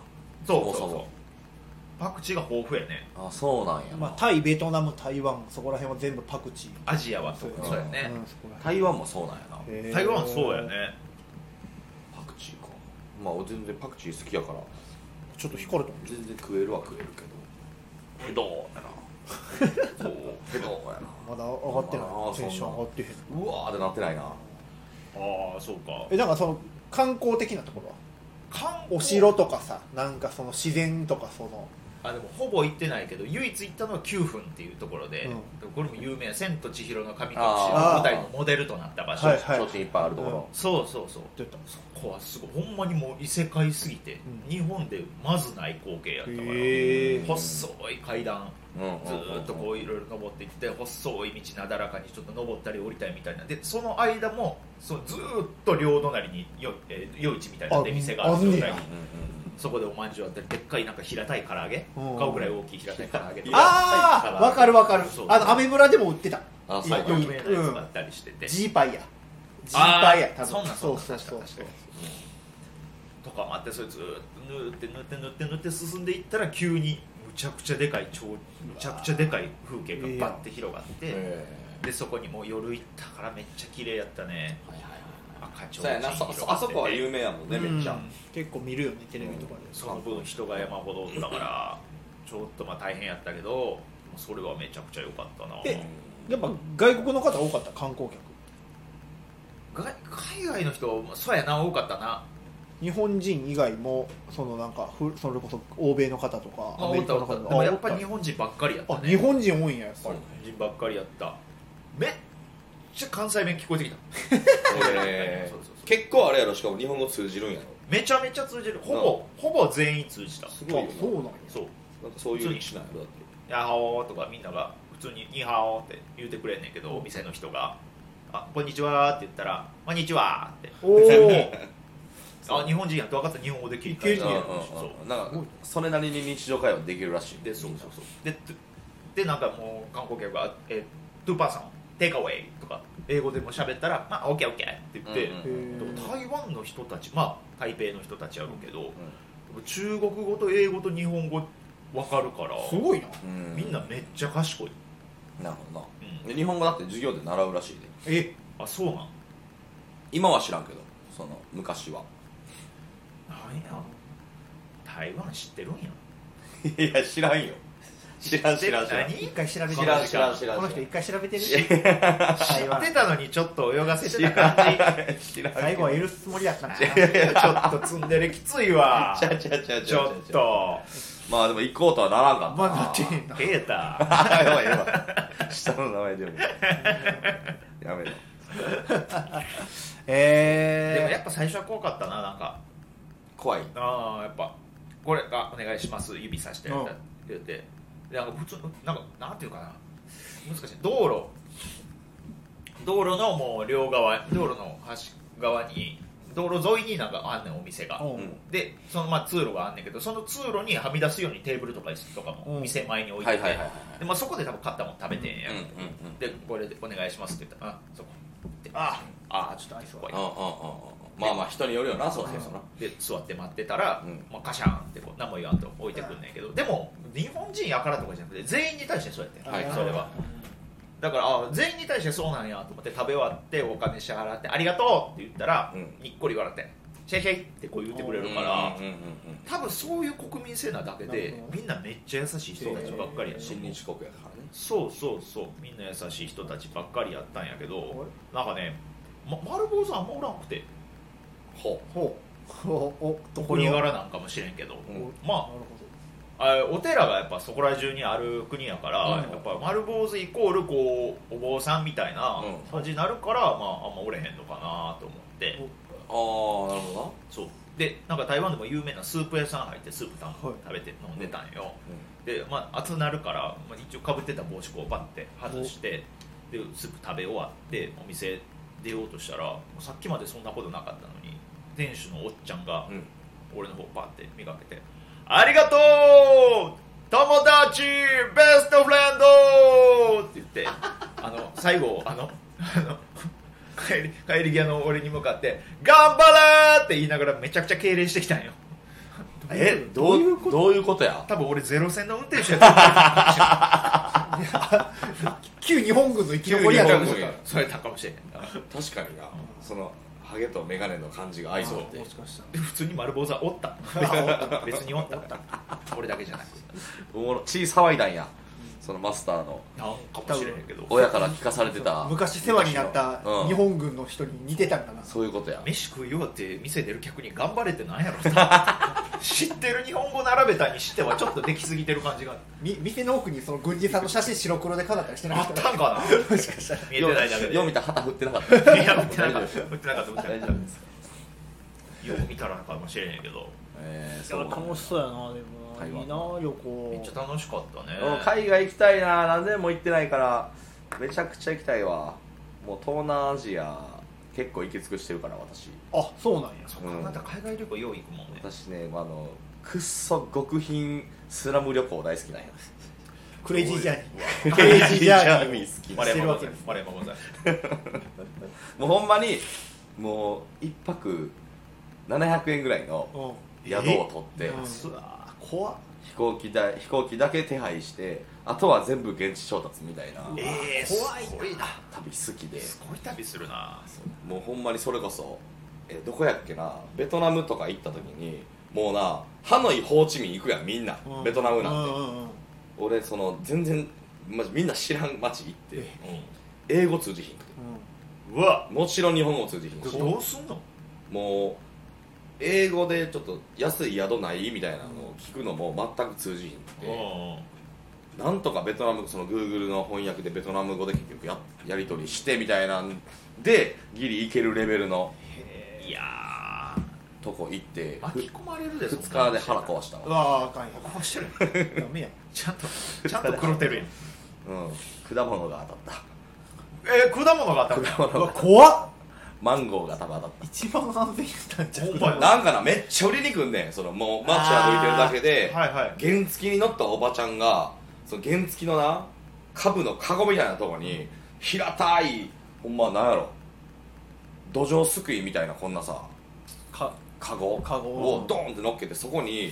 Speaker 2: そ
Speaker 1: も
Speaker 2: うそうそう
Speaker 1: も
Speaker 2: パクチーが豊富やね
Speaker 1: あそうなんや、
Speaker 3: まあ、タイベトナム台湾そこら辺は全部パクチー
Speaker 2: アジアはそうそうやね、
Speaker 3: うんそこら
Speaker 1: 台湾もそうなんやな
Speaker 3: 辺へー
Speaker 2: 台湾はそうやね
Speaker 1: パクチーかまあ俺全然パクチー好きやから
Speaker 3: ちょっと光ると思
Speaker 1: 全然食えるは食えるけどヘドーやなそうヘドーや
Speaker 3: うまだ上がってな
Speaker 1: あー
Speaker 3: いテンション上がってへん
Speaker 1: なうわーってなってないな
Speaker 2: ああそうか
Speaker 3: えなんかその観光的なところは
Speaker 2: 韓国
Speaker 3: お城とかさなんかその自然とかその
Speaker 2: あでもほぼ行ってないけど唯一行ったのは9分っていうところで、これも有名や「千と千尋の神隠し」の舞台のモデルとなった場所、
Speaker 3: はいはい
Speaker 1: 提灯いっぱいあるところ、
Speaker 2: そうそうそう
Speaker 3: 出たんです
Speaker 2: そこはすごいほんまにもう異世界すぎて、
Speaker 3: うん
Speaker 2: 日本でまずない光景やったから、
Speaker 3: へ
Speaker 1: ー
Speaker 2: 細い階段
Speaker 1: うんうんうんうん
Speaker 2: ずーっとこういろいろ登っていって細い道なだらかにちょっと登ったり降りたりみたいなでその間もそうずーっと両隣によ、えー夜市みたいな出店があ
Speaker 3: あ
Speaker 2: る状態
Speaker 3: あんねや
Speaker 2: にそこでおまんじゅうあったりでっかいなんか平たい唐揚げ
Speaker 3: うん
Speaker 2: 顔ぐらい大きい平たい唐揚げと
Speaker 3: ああわかるわかる
Speaker 2: そう
Speaker 3: あのアメ村でも売ってた
Speaker 1: あ
Speaker 2: 有
Speaker 1: 最高
Speaker 3: い
Speaker 2: 名なやつがあったりしてて、
Speaker 3: ジーパイやジー
Speaker 2: あー
Speaker 3: パイや多分
Speaker 2: そんなん
Speaker 3: そ
Speaker 2: そうう
Speaker 3: そうそう
Speaker 2: 確かにとかもあってそれずーっと塗って塗って塗って塗って進んでいったら急にむちゃくちゃでかい超むちゃくちゃでかい風景がバッて広がって、
Speaker 1: え
Speaker 2: でそこにもう夜行ったからめっちゃ綺麗やったね
Speaker 1: ーはいはいはい
Speaker 2: 赤ちょ
Speaker 1: そうやなそそあそこは有名やもんねめっちゃ、
Speaker 3: うん結構見るよねテレビとかで
Speaker 2: その分人が山ほどだからちょっとまあ大変やったけどそれはめちゃくちゃ良かったな
Speaker 3: えやっぱ外国の方多かった観光客
Speaker 2: 外海外の人そうやな多かったな
Speaker 3: 日本人以外もそのなんかふそれこそ欧米の方とか
Speaker 2: あおったおったで
Speaker 3: あ
Speaker 2: もやっぱ
Speaker 3: お
Speaker 2: り日本人ばっかりやった
Speaker 3: あ
Speaker 2: ね
Speaker 3: 日本人多いんややっぱ
Speaker 1: そう
Speaker 3: り
Speaker 2: 日本人ばっかりやっためっちゃ関西弁聞こえてきた
Speaker 1: え
Speaker 2: そうそうそう
Speaker 1: ー結構あれやろしかも日本語通じるんやろ
Speaker 2: めちゃめちゃ通じるほぼほぼ全員通じた
Speaker 1: す
Speaker 3: あ
Speaker 1: ごいよ
Speaker 3: そうな
Speaker 1: なん
Speaker 3: や
Speaker 2: そう
Speaker 1: なんかそういう歴史なんやろだって
Speaker 2: 「ヤッホー」とかみんなが普通に「ニーハオ」って言うてくれんねんけどお店の人が「あこんにちは」って言ったら「こんにちは」って
Speaker 3: お お
Speaker 2: あ日本人やっと分かった日本語で聞いた
Speaker 3: いける
Speaker 1: うん
Speaker 3: ね
Speaker 2: そ
Speaker 1: う
Speaker 2: う
Speaker 1: んうんなんかそれなりに日常会話できるらしい
Speaker 2: でそうそうそうでトゥでなんかもう観光客が「えトゥーパーさんテイクアウェイ」とか英語でも喋ったら「まあオッケーオッケー」って言って、
Speaker 1: うんうん
Speaker 2: でも
Speaker 3: ー
Speaker 2: 台湾の人たちまあ台北の人たちやろうけど、でも中国語と英語と日本語分かるから
Speaker 3: すごいな
Speaker 1: うん
Speaker 2: みんなめっちゃ賢い、
Speaker 1: なるほど
Speaker 2: うん
Speaker 1: なで日本語だって授業で習うらしいで
Speaker 3: え
Speaker 2: あそうなん
Speaker 1: 今は知らんけどその昔は
Speaker 2: なんや台湾知ってるんや
Speaker 1: いや知らんよ知らん知らん知らん
Speaker 2: 何
Speaker 3: 一回調べて
Speaker 1: 知らん知らん知らん
Speaker 3: この人一回調べてる
Speaker 2: 知
Speaker 3: 台湾
Speaker 2: ってたのにちょっと泳がせてた感
Speaker 1: 知らん
Speaker 3: 最後は得るつもりだったな
Speaker 2: じいやいやちょっとツンデレきついわ
Speaker 1: ちゃうちゃうちゃう
Speaker 2: ち
Speaker 1: ちゃう
Speaker 2: ょっと
Speaker 1: まあでも行こうとはならんかった
Speaker 3: まあなってへ んな
Speaker 2: ケータ
Speaker 1: あやばいやばい下の名前でもやめろ
Speaker 2: でも
Speaker 3: え
Speaker 2: やっぱ最初は怖かったななんか
Speaker 1: 怖い
Speaker 2: ああやっぱ「これあお願いします指さして」
Speaker 3: うん
Speaker 2: って言ってでなんか普通のなんかなんていうかな難しい道路道路のもう両側道路の端側に道路沿いになんかあんねんお店が、
Speaker 3: うん
Speaker 1: ん
Speaker 2: でそのまあ通路があんねんけどその通路にはみ出すようにテーブルとか椅子とか
Speaker 3: う
Speaker 2: も
Speaker 3: ん
Speaker 2: 店前に置いて
Speaker 1: はい
Speaker 2: て、
Speaker 1: はいはいはい
Speaker 2: でまあ、そこで多分買ったもん食べてんや、
Speaker 1: うんうんうん
Speaker 2: でこれでお願いしますって言ったらあそこであああちょっとアイス怖い
Speaker 1: うんうんうんうんまあまあ人によるよなそうそうそうな
Speaker 2: で座って待ってたら、
Speaker 1: うん
Speaker 2: まあ、カシャンってこう何も言わんと置いてくんねんけどでも日本人やからとかじゃなくて全員に対してそうやってん、
Speaker 1: はい
Speaker 2: それはだからあ全員に対してそうなんやと思って食べ終わってお金支払って「ありがとう」って言ったら、
Speaker 1: うん
Speaker 2: にっこり笑って「シェイシェイ」ってこう言ってくれるから、
Speaker 1: うんうんうんうん
Speaker 2: 多分そういう国民性なだけ
Speaker 3: なる
Speaker 2: で
Speaker 3: ほど
Speaker 2: みんなめっちゃ優しい人たちばっかりやし、
Speaker 1: 新日国やからね
Speaker 2: そうそうそうみんな優しい人たちばっかりやったんやけ
Speaker 3: おい
Speaker 2: どなんかね、ま、丸坊主あんまおらんくて
Speaker 1: ほ
Speaker 3: ほうおおどこ
Speaker 2: 国
Speaker 3: に
Speaker 2: 柄なんかもしれんけど、
Speaker 1: うん
Speaker 2: まああお寺がやっぱそこら中にある国やから、
Speaker 3: うん
Speaker 2: やっぱ丸坊主イコールこうお坊さんみたいな
Speaker 1: うん
Speaker 2: 感じになるから、まああんまおれへんのかなと思って、
Speaker 1: うああなるほ
Speaker 2: そうでなんか台湾でも有名なスープ屋さん入ってスープたん
Speaker 3: はい
Speaker 2: 食べて飲んでたんよ、
Speaker 1: どな
Speaker 2: で、まあ、暑なるから、まあ、一応かぶってた帽子こうバッて外してでスープ食べ終わってお店出ようとしたらもうさっきまでそんなことなかったのに店主のおっちゃんが
Speaker 1: うん
Speaker 2: 俺の方バッて見かけて「ありがとう友達ベストフレンド!」って言って あの最後あのあの 帰り帰り際の俺に向かって「頑張れ!」って言いながらめちゃくちゃ敬礼してきたんよえ
Speaker 1: どういうことどういうことや
Speaker 2: 多分俺ゼロ戦の運転手やった
Speaker 3: 旧日本軍の 生き残りやったんです
Speaker 1: 旧日
Speaker 3: よ
Speaker 1: 本
Speaker 2: それたかもしれへん
Speaker 1: 確かになそのハゲとメガネの感じが合いそうって
Speaker 3: もしかしたら
Speaker 2: で普通に丸坊主は おった別におった俺だけじゃない
Speaker 1: おもろ血騒いだんやそのマスターの
Speaker 2: なんかもしれへんけど
Speaker 1: 親から聞かされてた
Speaker 3: 昔世話になった
Speaker 1: うん
Speaker 3: 日本軍の人に似てたんかな、
Speaker 1: そういうことや
Speaker 2: 飯食いようって店出る客に頑張れってなんやろ知ってる日本語並べたにしてはちょっとできすぎてる感じが
Speaker 3: み店の奥にその軍人さんの写真白黒で飾ったりしてな
Speaker 2: あ
Speaker 3: かっ
Speaker 2: ったたんかな
Speaker 3: もしかしたら
Speaker 2: 見えてないだけで
Speaker 1: よう見た旗振ってなかった
Speaker 2: いや見てなかった見てなかった見て
Speaker 1: 大
Speaker 2: な
Speaker 1: 丈夫
Speaker 2: かっ
Speaker 1: ですか
Speaker 2: たよう見たらかもしれへんけど
Speaker 1: えー
Speaker 5: いや楽しそうやなで
Speaker 1: 台
Speaker 5: も
Speaker 1: 湾
Speaker 5: いいな旅行
Speaker 2: めっちゃ楽しかったね
Speaker 1: うん海外行きたいな何年も行ってないからめちゃくちゃ行きたいわもう東南アジア結構行き尽くしてるから私
Speaker 3: あそうなんや
Speaker 2: そっかあなた海外旅行よう行くもんね
Speaker 1: 私ねあのくっそ極貧スラム旅行大好きなんや
Speaker 3: クレイジージャーニ
Speaker 1: ク
Speaker 3: ークレイジージャーニー
Speaker 1: 好き
Speaker 2: 丸
Speaker 3: してる
Speaker 2: 山
Speaker 3: わ
Speaker 2: ござ
Speaker 3: け
Speaker 2: い
Speaker 3: で
Speaker 2: ますす丸山ございます
Speaker 1: もうほんまにもう一泊700円ぐらいの
Speaker 3: うん
Speaker 1: 宿を取って
Speaker 3: うん
Speaker 2: うわ
Speaker 3: 怖っ
Speaker 1: 飛行機だ飛行機だけ手配してあとは全部現地調達みたいな
Speaker 2: ーえー、
Speaker 3: 怖い
Speaker 2: すごいな
Speaker 1: 旅好きです
Speaker 2: ごい旅するな
Speaker 1: もうほんまにそれこそえどこやっけなベトナムとか行った時にもうなハノイホーチミン行くやんみんな、
Speaker 3: うん
Speaker 1: ベトナムなんて、
Speaker 3: うんうんうん
Speaker 1: 俺その全然マジみんな知らん街行って英語通じひんくて
Speaker 2: うわ
Speaker 1: もちろん日本語通じひんし
Speaker 2: どうすんの
Speaker 1: もう英語でちょっと安い宿ないみたいなのを聞くのも全く通じひんくて、なんとかベトナムそのグーグルの翻訳でベトナム語で結局ややり取りしてみたいなんでギリいけるレベルの
Speaker 2: いや
Speaker 1: とこ行って
Speaker 2: ー巻き込まれるで
Speaker 1: 2日で腹壊
Speaker 2: し
Speaker 1: した
Speaker 3: う
Speaker 1: わ、
Speaker 3: わあかんや
Speaker 2: 壊して る
Speaker 3: ダメや
Speaker 2: ちゃんとちゃんと黒てるやん
Speaker 1: うん、果物が当たっ
Speaker 2: えー、果物があったんだ
Speaker 1: た
Speaker 3: うわ怖っ
Speaker 1: マンゴーが多分当たっ
Speaker 3: 一番安全やったんちゃう
Speaker 2: ほんま
Speaker 1: た
Speaker 2: や
Speaker 1: なんかなめっちゃ売りに来んねんそのもう街歩いてるだけで、
Speaker 2: はいはい
Speaker 1: 原付に乗ったおばちゃんがその原付のな株のカゴみたいなとこに平たいほんまなんやろ土壌すくいみたいなこんなさ
Speaker 5: か
Speaker 1: カゴ
Speaker 5: カゴ
Speaker 1: をドーンって乗っけてそこに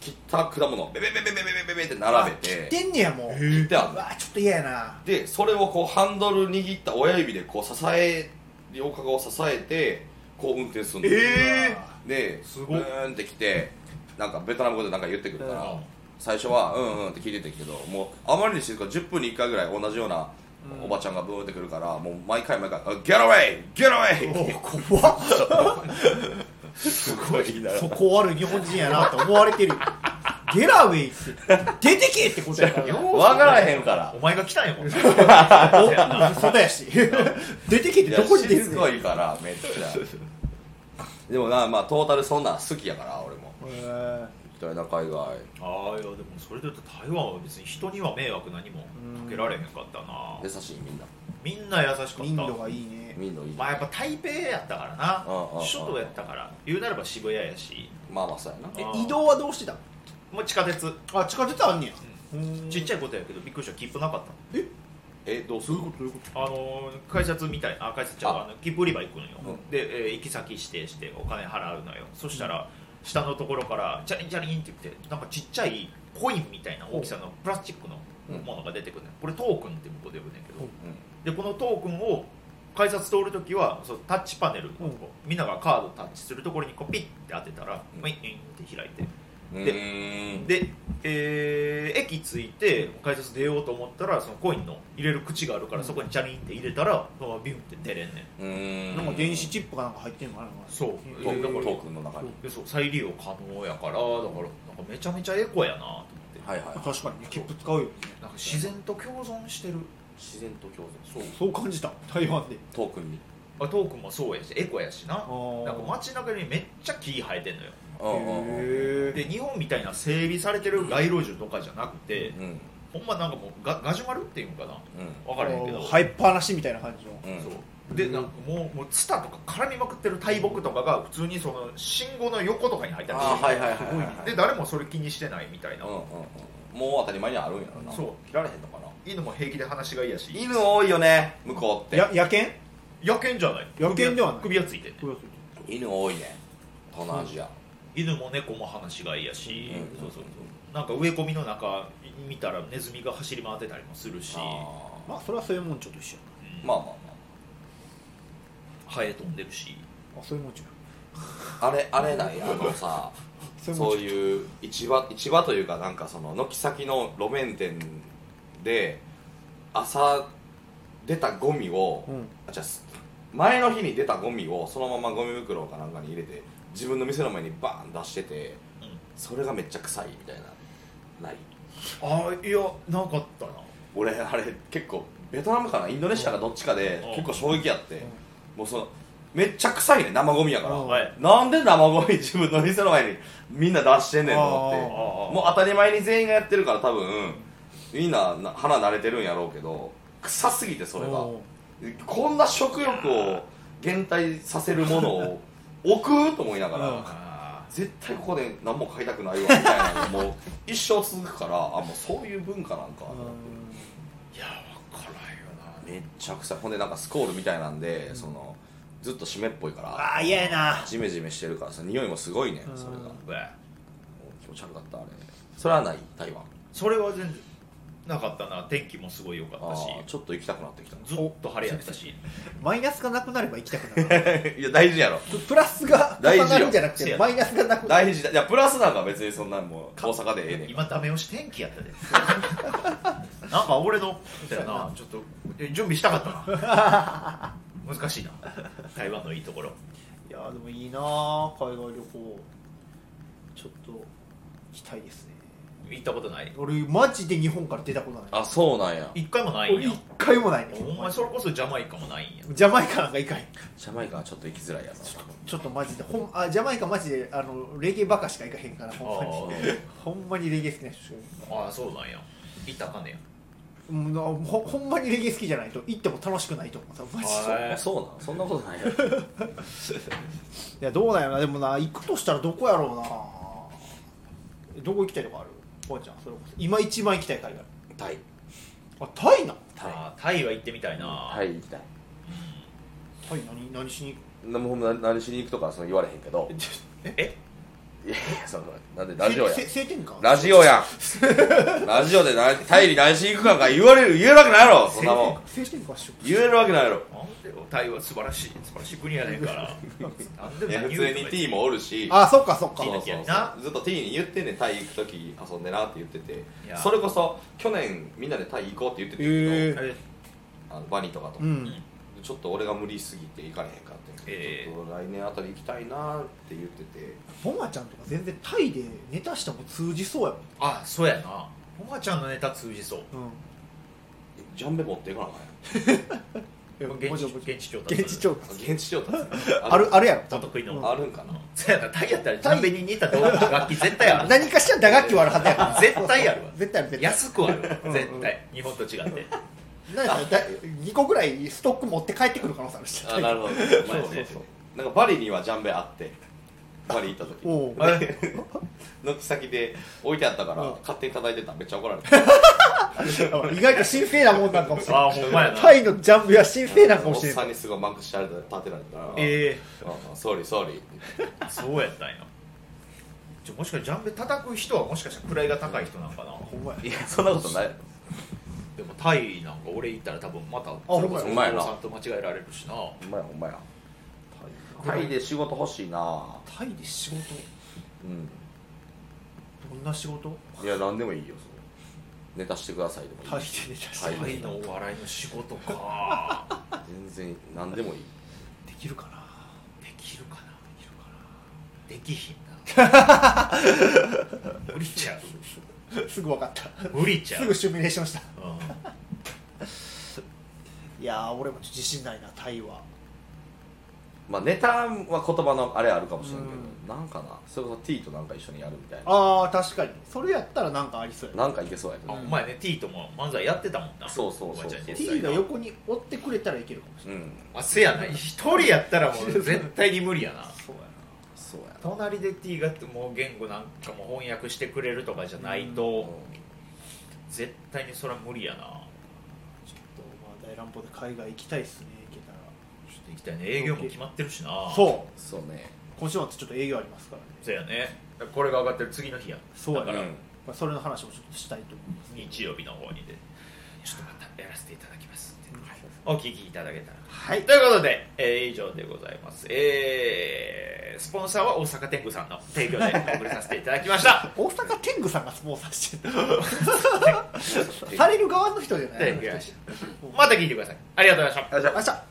Speaker 1: 切った果物をベベベベベベベベベって並べ
Speaker 3: あ
Speaker 1: て
Speaker 3: 切ってんねやもう
Speaker 1: 切ってあん
Speaker 3: う
Speaker 1: の
Speaker 3: わあちょっと嫌やな
Speaker 1: でそれをこうハンドル握った親指でこう支え両カゴを支えてこう運転するの
Speaker 2: え
Speaker 1: ですす
Speaker 2: ごっ
Speaker 1: ブーンって来てなんかベトナム語でなんか言ってくるから最初はうんうんって聞いてたけどもうあまりに静か10分に1回ぐらい同じようなおばちゃんがブーンってくるからもう毎回毎回「ゲットウェイゲットウェイ!」って
Speaker 3: 怖っ
Speaker 1: すごいな
Speaker 3: そこある日本人やなと思われてるよゲラウェイって出てけってことやからな
Speaker 1: 分からへんから
Speaker 2: お前が来たんや もんな
Speaker 3: 外やし出てけっ
Speaker 1: い
Speaker 3: て
Speaker 1: や
Speaker 3: どこに出
Speaker 1: し
Speaker 3: る
Speaker 1: つ
Speaker 3: の
Speaker 1: こいからめっちゃ でもなまあトータルそんなん好きやから俺も
Speaker 3: へー
Speaker 1: 行きたいな海外
Speaker 2: ああいやでもそれで言うと台湾は別に人には迷惑何もかけられへんかったな
Speaker 1: 優しいみんな
Speaker 2: みんな優しかった
Speaker 3: 民度がいいねね
Speaker 1: 見んのいい
Speaker 2: まあやっぱ台北やったからな
Speaker 1: うんうんうん
Speaker 2: 首都やったから言うならば渋谷やし
Speaker 1: まあまあそうやな
Speaker 2: え
Speaker 3: 移動はどうしてた
Speaker 2: もう地下鉄
Speaker 3: あ地下鉄あんねや
Speaker 2: ちっちゃいことやけどびっくりした切符なかっ
Speaker 1: えどうする
Speaker 3: というこ
Speaker 2: たあのー改札みたいあ改札ちゃうわ
Speaker 1: あ
Speaker 2: あの切符売り場行くんよ、
Speaker 1: うん
Speaker 2: で、えー行き先指定してお金払うのよそしたら、下のところからチャリンチャリンって言ってなんかちっちゃいコインみたいな大きさのプラスチックのものが出てくるね、これトークンって向こうで呼ぶねんけど、でこのトークンを改札通るときはそうタッチパネルのとこ、みんながカードタッチするところにこうピッて当てたら、
Speaker 1: うん
Speaker 2: ウィンウィンって開いて
Speaker 1: うん
Speaker 2: で
Speaker 1: うーん
Speaker 2: で、えー駅着いて改札出ようと思ったらそのコインの入れる口があるから、そこにチャリンって入れたらそのままビュンって出れんねん
Speaker 1: うー
Speaker 3: と
Speaker 1: ん
Speaker 3: なんか電子チップかなんか入ってんのかな
Speaker 2: そう
Speaker 1: ト
Speaker 2: だ
Speaker 1: ー
Speaker 2: か
Speaker 1: ク
Speaker 2: ら
Speaker 1: トークンの中に
Speaker 2: でそう再利用可能やからだからなんかめちゃめちゃエコやなと思って
Speaker 1: はいはい
Speaker 3: 確かにね切符使うよね
Speaker 2: なんか自然と共存してる
Speaker 1: 自然と共存そう
Speaker 3: そう感じた台湾で
Speaker 1: トークンに
Speaker 2: あトークンもそうやしエコやしな
Speaker 3: ー
Speaker 2: なんか街中にめっちゃ木生えてんのよ
Speaker 1: うんうんうん
Speaker 3: へ
Speaker 2: で日本みたいな整備されてる街路樹とかじゃなくて、
Speaker 1: うん
Speaker 2: ほんまなんかもうガガジュマルっていうんかな分からへんけど、
Speaker 3: 入っぱなしみたいな感じの
Speaker 1: うんうん
Speaker 2: そうでなんかもうもうツタとか絡みまくってる大木とかが普通にその信号の横とかに入ったり
Speaker 1: あーはいはいはい
Speaker 2: す
Speaker 1: はい
Speaker 2: ごいねで誰もそれ気にしてないみたいな、
Speaker 1: うんうんうんもう当たり前にあるんやろな
Speaker 2: そう
Speaker 1: 切られへんのかな
Speaker 2: 犬も平気で話がいいやし
Speaker 1: 犬多いよね向こうって
Speaker 3: や野犬
Speaker 2: 野犬じゃない
Speaker 3: 野犬ではない
Speaker 2: 首がついてんね
Speaker 1: 犬多いね東南アジア
Speaker 2: 犬も猫も話がいいやし、
Speaker 1: うん
Speaker 2: そうそうそうなんか植え込みの中見たらネズミが走り回ってたりもするし
Speaker 1: あー
Speaker 3: まあそれはそういうもんちょっと一緒
Speaker 2: うん
Speaker 1: まあまあま
Speaker 2: ハエ飛んでるし
Speaker 3: あそういうもんちょっ
Speaker 1: ああれあれないあの さ
Speaker 3: と
Speaker 1: そう
Speaker 3: う
Speaker 1: いう市場市場というかなんかその軒先の路面店で朝出たゴミを、
Speaker 3: うん
Speaker 1: あじゃあす前の日に出たゴミをそのままゴミ袋かなんかに入れて自分の店の前にバーン出してて
Speaker 2: うん
Speaker 1: それがめっちゃ臭いみたいなない
Speaker 2: あいやなかったな
Speaker 1: 俺あれ結構ベトナムかなインドネシアかどっちかで
Speaker 2: うん
Speaker 1: 結構衝撃やってもうそのめっちゃ臭いね生ゴミやか
Speaker 3: うん
Speaker 1: ら
Speaker 2: はい
Speaker 1: なんで生ゴミ自分の店の前にみんな出してんねんと思って
Speaker 2: あー
Speaker 1: もう当たり前に全員がやってるから多分みんなな鼻慣れてるんやろうけど臭すぎてそれが
Speaker 3: お
Speaker 1: こんな食欲を減退させるものを置くと思いながら、
Speaker 3: うん
Speaker 2: あ
Speaker 1: 絶対ここで何も買いたくないわみたいなのも一生続くからあもうそういう文化なんか、
Speaker 3: うん
Speaker 2: ーいや分からんよ
Speaker 1: めっちゃ臭いほんでなんかスコールみたいなんで、そのずっと湿っぽいから
Speaker 3: ああ嫌やな
Speaker 1: ジメジメしてるからさ匂いもすごいね
Speaker 3: うん
Speaker 1: それがもう
Speaker 2: なうわ
Speaker 1: 気持ち悪かったあれそれはない台湾
Speaker 2: それは全然なかったな天気もすごい良かっ
Speaker 1: あ
Speaker 2: たし
Speaker 1: ーちょっと行きたくなってきた
Speaker 2: ずっと晴れやったし
Speaker 3: マイナスがなくなれば行きたくなる
Speaker 1: いや大事やろ
Speaker 3: プラスが重
Speaker 1: 大事よ
Speaker 3: なるんじゃなく
Speaker 2: せ
Speaker 3: て
Speaker 2: や
Speaker 3: マイナスがなくなる
Speaker 1: 大事だいやプラスなんか別にそんなもう大阪でええねん
Speaker 2: 今ダメ押し天気 やったでなんか俺のみたいなちょっとえ準備したかったな難しいな台湾のいいところ
Speaker 3: いやーでもいいなー海外旅行ちょっと行きたいですね
Speaker 2: 行ったことない
Speaker 3: 俺マジで日本から出たことない
Speaker 1: あそうなんや
Speaker 2: 一回もないん
Speaker 3: 俺
Speaker 2: や
Speaker 3: 一回もないね
Speaker 2: お前それこそジャマイカもないんや
Speaker 3: ジャマイカなんか行かへん
Speaker 1: ジャマイカはちょっと行きづらいやつ
Speaker 3: ちょっとマジでほんあジャマイカマジであのレゲエバカしか行かへんからほんまに ほんまにレゲエ好きな人しか
Speaker 2: ああそうなんや行ったらあかんねや
Speaker 3: うんなほほんまにレゲエ好きじゃないと行っても楽しくないと思うさマジで
Speaker 2: はい
Speaker 1: あそうなんそんなことないやろ
Speaker 3: いやどうだよなでもな行くとしたらどこやろうなえどこ行きたいとかあるぽんちゃんそれこそ今一番行きたい海外
Speaker 1: タイ
Speaker 3: あタイな
Speaker 1: タイ
Speaker 2: あータイは行ってみたいな、
Speaker 1: タイ行きたい
Speaker 3: タイ何何しに
Speaker 1: なもうな何しに行くとかはその言われへんけど
Speaker 3: 行く
Speaker 2: え
Speaker 1: いやいやそのなんでラジオや
Speaker 3: せせ晴天か
Speaker 1: ラジオやんラジオでなタイに何しに行くかが言われる言えるわけないやろそんなも ん
Speaker 3: 晴天かしょ
Speaker 1: 言えるわけないやろ
Speaker 2: なんでよタイは素晴らしい素晴らしい国やねんから なんで
Speaker 1: いや普通に T もおるし
Speaker 3: あそっかそっか
Speaker 1: そう
Speaker 2: い
Speaker 1: そ
Speaker 2: い
Speaker 1: そ
Speaker 2: う
Speaker 1: う
Speaker 2: 時や
Speaker 1: ずっと T に言ってんねんタイ行く時遊んでなって言ってて
Speaker 2: いや
Speaker 1: それこそ去年みんなでタイ行こうって言ってて
Speaker 3: へ
Speaker 1: んけ
Speaker 2: え
Speaker 1: どあのバニーとかと、
Speaker 3: うん
Speaker 1: ちょっと俺が無理しすぎて行かれへんかって、
Speaker 2: ええ
Speaker 1: ちょっと来年あたり行きたいなって言ってて
Speaker 3: ボマちゃんとか全然タイでネタしても通じそうや
Speaker 2: あそうやなおばあちゃんのネタ通じそう
Speaker 3: もん、うん
Speaker 1: ジャンベ持っていかなあかんや
Speaker 3: いや
Speaker 2: 現
Speaker 3: もち
Speaker 2: 地
Speaker 3: ろんもち
Speaker 2: 現地調
Speaker 3: ろん
Speaker 2: 達
Speaker 3: 現地調達
Speaker 1: ん現地調達
Speaker 3: あるあるやろ
Speaker 2: お
Speaker 3: 多分
Speaker 2: 得意の
Speaker 1: あるんかな、
Speaker 2: そうやなタイやったらジャンベに似た動画楽器絶対ある
Speaker 3: 何かしら打楽器はあるはずやから
Speaker 2: 絶対やるわ
Speaker 3: 絶対ある絶対ある
Speaker 2: 安くはあるわ
Speaker 3: ん
Speaker 2: 絶対日本と違って
Speaker 3: なんかだ2個ぐらいストック持って帰ってくる可能性あるし
Speaker 1: あなるほど前
Speaker 2: そうそうそう
Speaker 1: なんかバリにはジャンベあってバリ行った時
Speaker 3: おう
Speaker 1: 軒先で置いてあったから
Speaker 3: うん
Speaker 1: 勝手に叩いてたらめっちゃ怒られた
Speaker 3: 意外と神聖なもんなんかもしれない
Speaker 2: あほんまやな
Speaker 3: タイのジャンプは神聖なんか
Speaker 1: お
Speaker 3: も
Speaker 1: っ
Speaker 3: しれな
Speaker 1: さ
Speaker 3: い
Speaker 1: んにすごいマンクしてられた立てられたから
Speaker 2: え
Speaker 1: うんソーリーソーリー
Speaker 2: えそうやったんやじゃあもしかしてジャンベ叩く人はもしかしたら位が高い人なんかな
Speaker 3: ほんまや
Speaker 1: いや そんなことない
Speaker 2: でもタイなんか俺行ったら多分また
Speaker 3: ほ
Speaker 2: そ
Speaker 3: んまや
Speaker 2: れこそお父さんと間違えられるしな
Speaker 1: ほんまやほんまやタイで仕事欲しいな
Speaker 3: タイで仕事
Speaker 1: うん
Speaker 3: どんな仕事
Speaker 1: いや何でもいいよそれネタしてくださいでもいい
Speaker 3: タイでね確か
Speaker 1: タ
Speaker 3: に
Speaker 1: イ
Speaker 2: タイのお笑いの仕事か
Speaker 1: 全然何でもいい
Speaker 3: できるかな
Speaker 2: できるかなできるかなできひん な無理ちゃう
Speaker 3: すぐ分かった
Speaker 2: 無理ちゃ
Speaker 3: す
Speaker 2: う
Speaker 3: ぐシミュレーションした
Speaker 2: うん
Speaker 3: いやー俺もちょっと自信ないなタイは
Speaker 1: まあネタは言葉のあれあるかもしれんけ
Speaker 3: う
Speaker 1: どなんかなそれこそ T となんか一緒にやるみたいな
Speaker 3: あー確かにそれやったらなんかありそうやな
Speaker 1: なんかいけそうやけ
Speaker 2: あ
Speaker 1: ど
Speaker 2: お前ね T とも漫才やってたもんな
Speaker 1: そうそうそう
Speaker 2: おばちゃん実際
Speaker 3: T が横に追ってくれたらいけるかもしれ
Speaker 1: う
Speaker 3: ない、
Speaker 1: ん
Speaker 2: あせやな一人やったらもう絶対に無理やな
Speaker 3: そうやな
Speaker 1: そうや
Speaker 2: 隣で T がってもう言語なんかも翻訳してくれるとかじゃないと、絶対にそれは無理やな
Speaker 3: ちょっとまあ大乱暴で海外行きたいっすね行けたら
Speaker 2: ちょっと行きたいね営業も決まってるしな
Speaker 3: そう
Speaker 1: そうね
Speaker 3: 今週末ちょっと営業ありますからね
Speaker 2: そうやねこれが上がってる次の日や
Speaker 3: そうや
Speaker 2: だから、
Speaker 1: うん
Speaker 3: まあ、それの話もちょっとしたいと思います
Speaker 2: 日曜日の方にでちょっとまたやらせていただきますってお聞きいただけたら
Speaker 3: はい
Speaker 2: ということで、えー以上でございますえースポンサーは大阪天狗さんの提供でお送りさせていただきま した
Speaker 3: 大阪天狗さんがスポンサーしてるされる側の人じゃない
Speaker 2: 天狗やしまた聞いてくださいありがとうございました
Speaker 3: ありがとうございました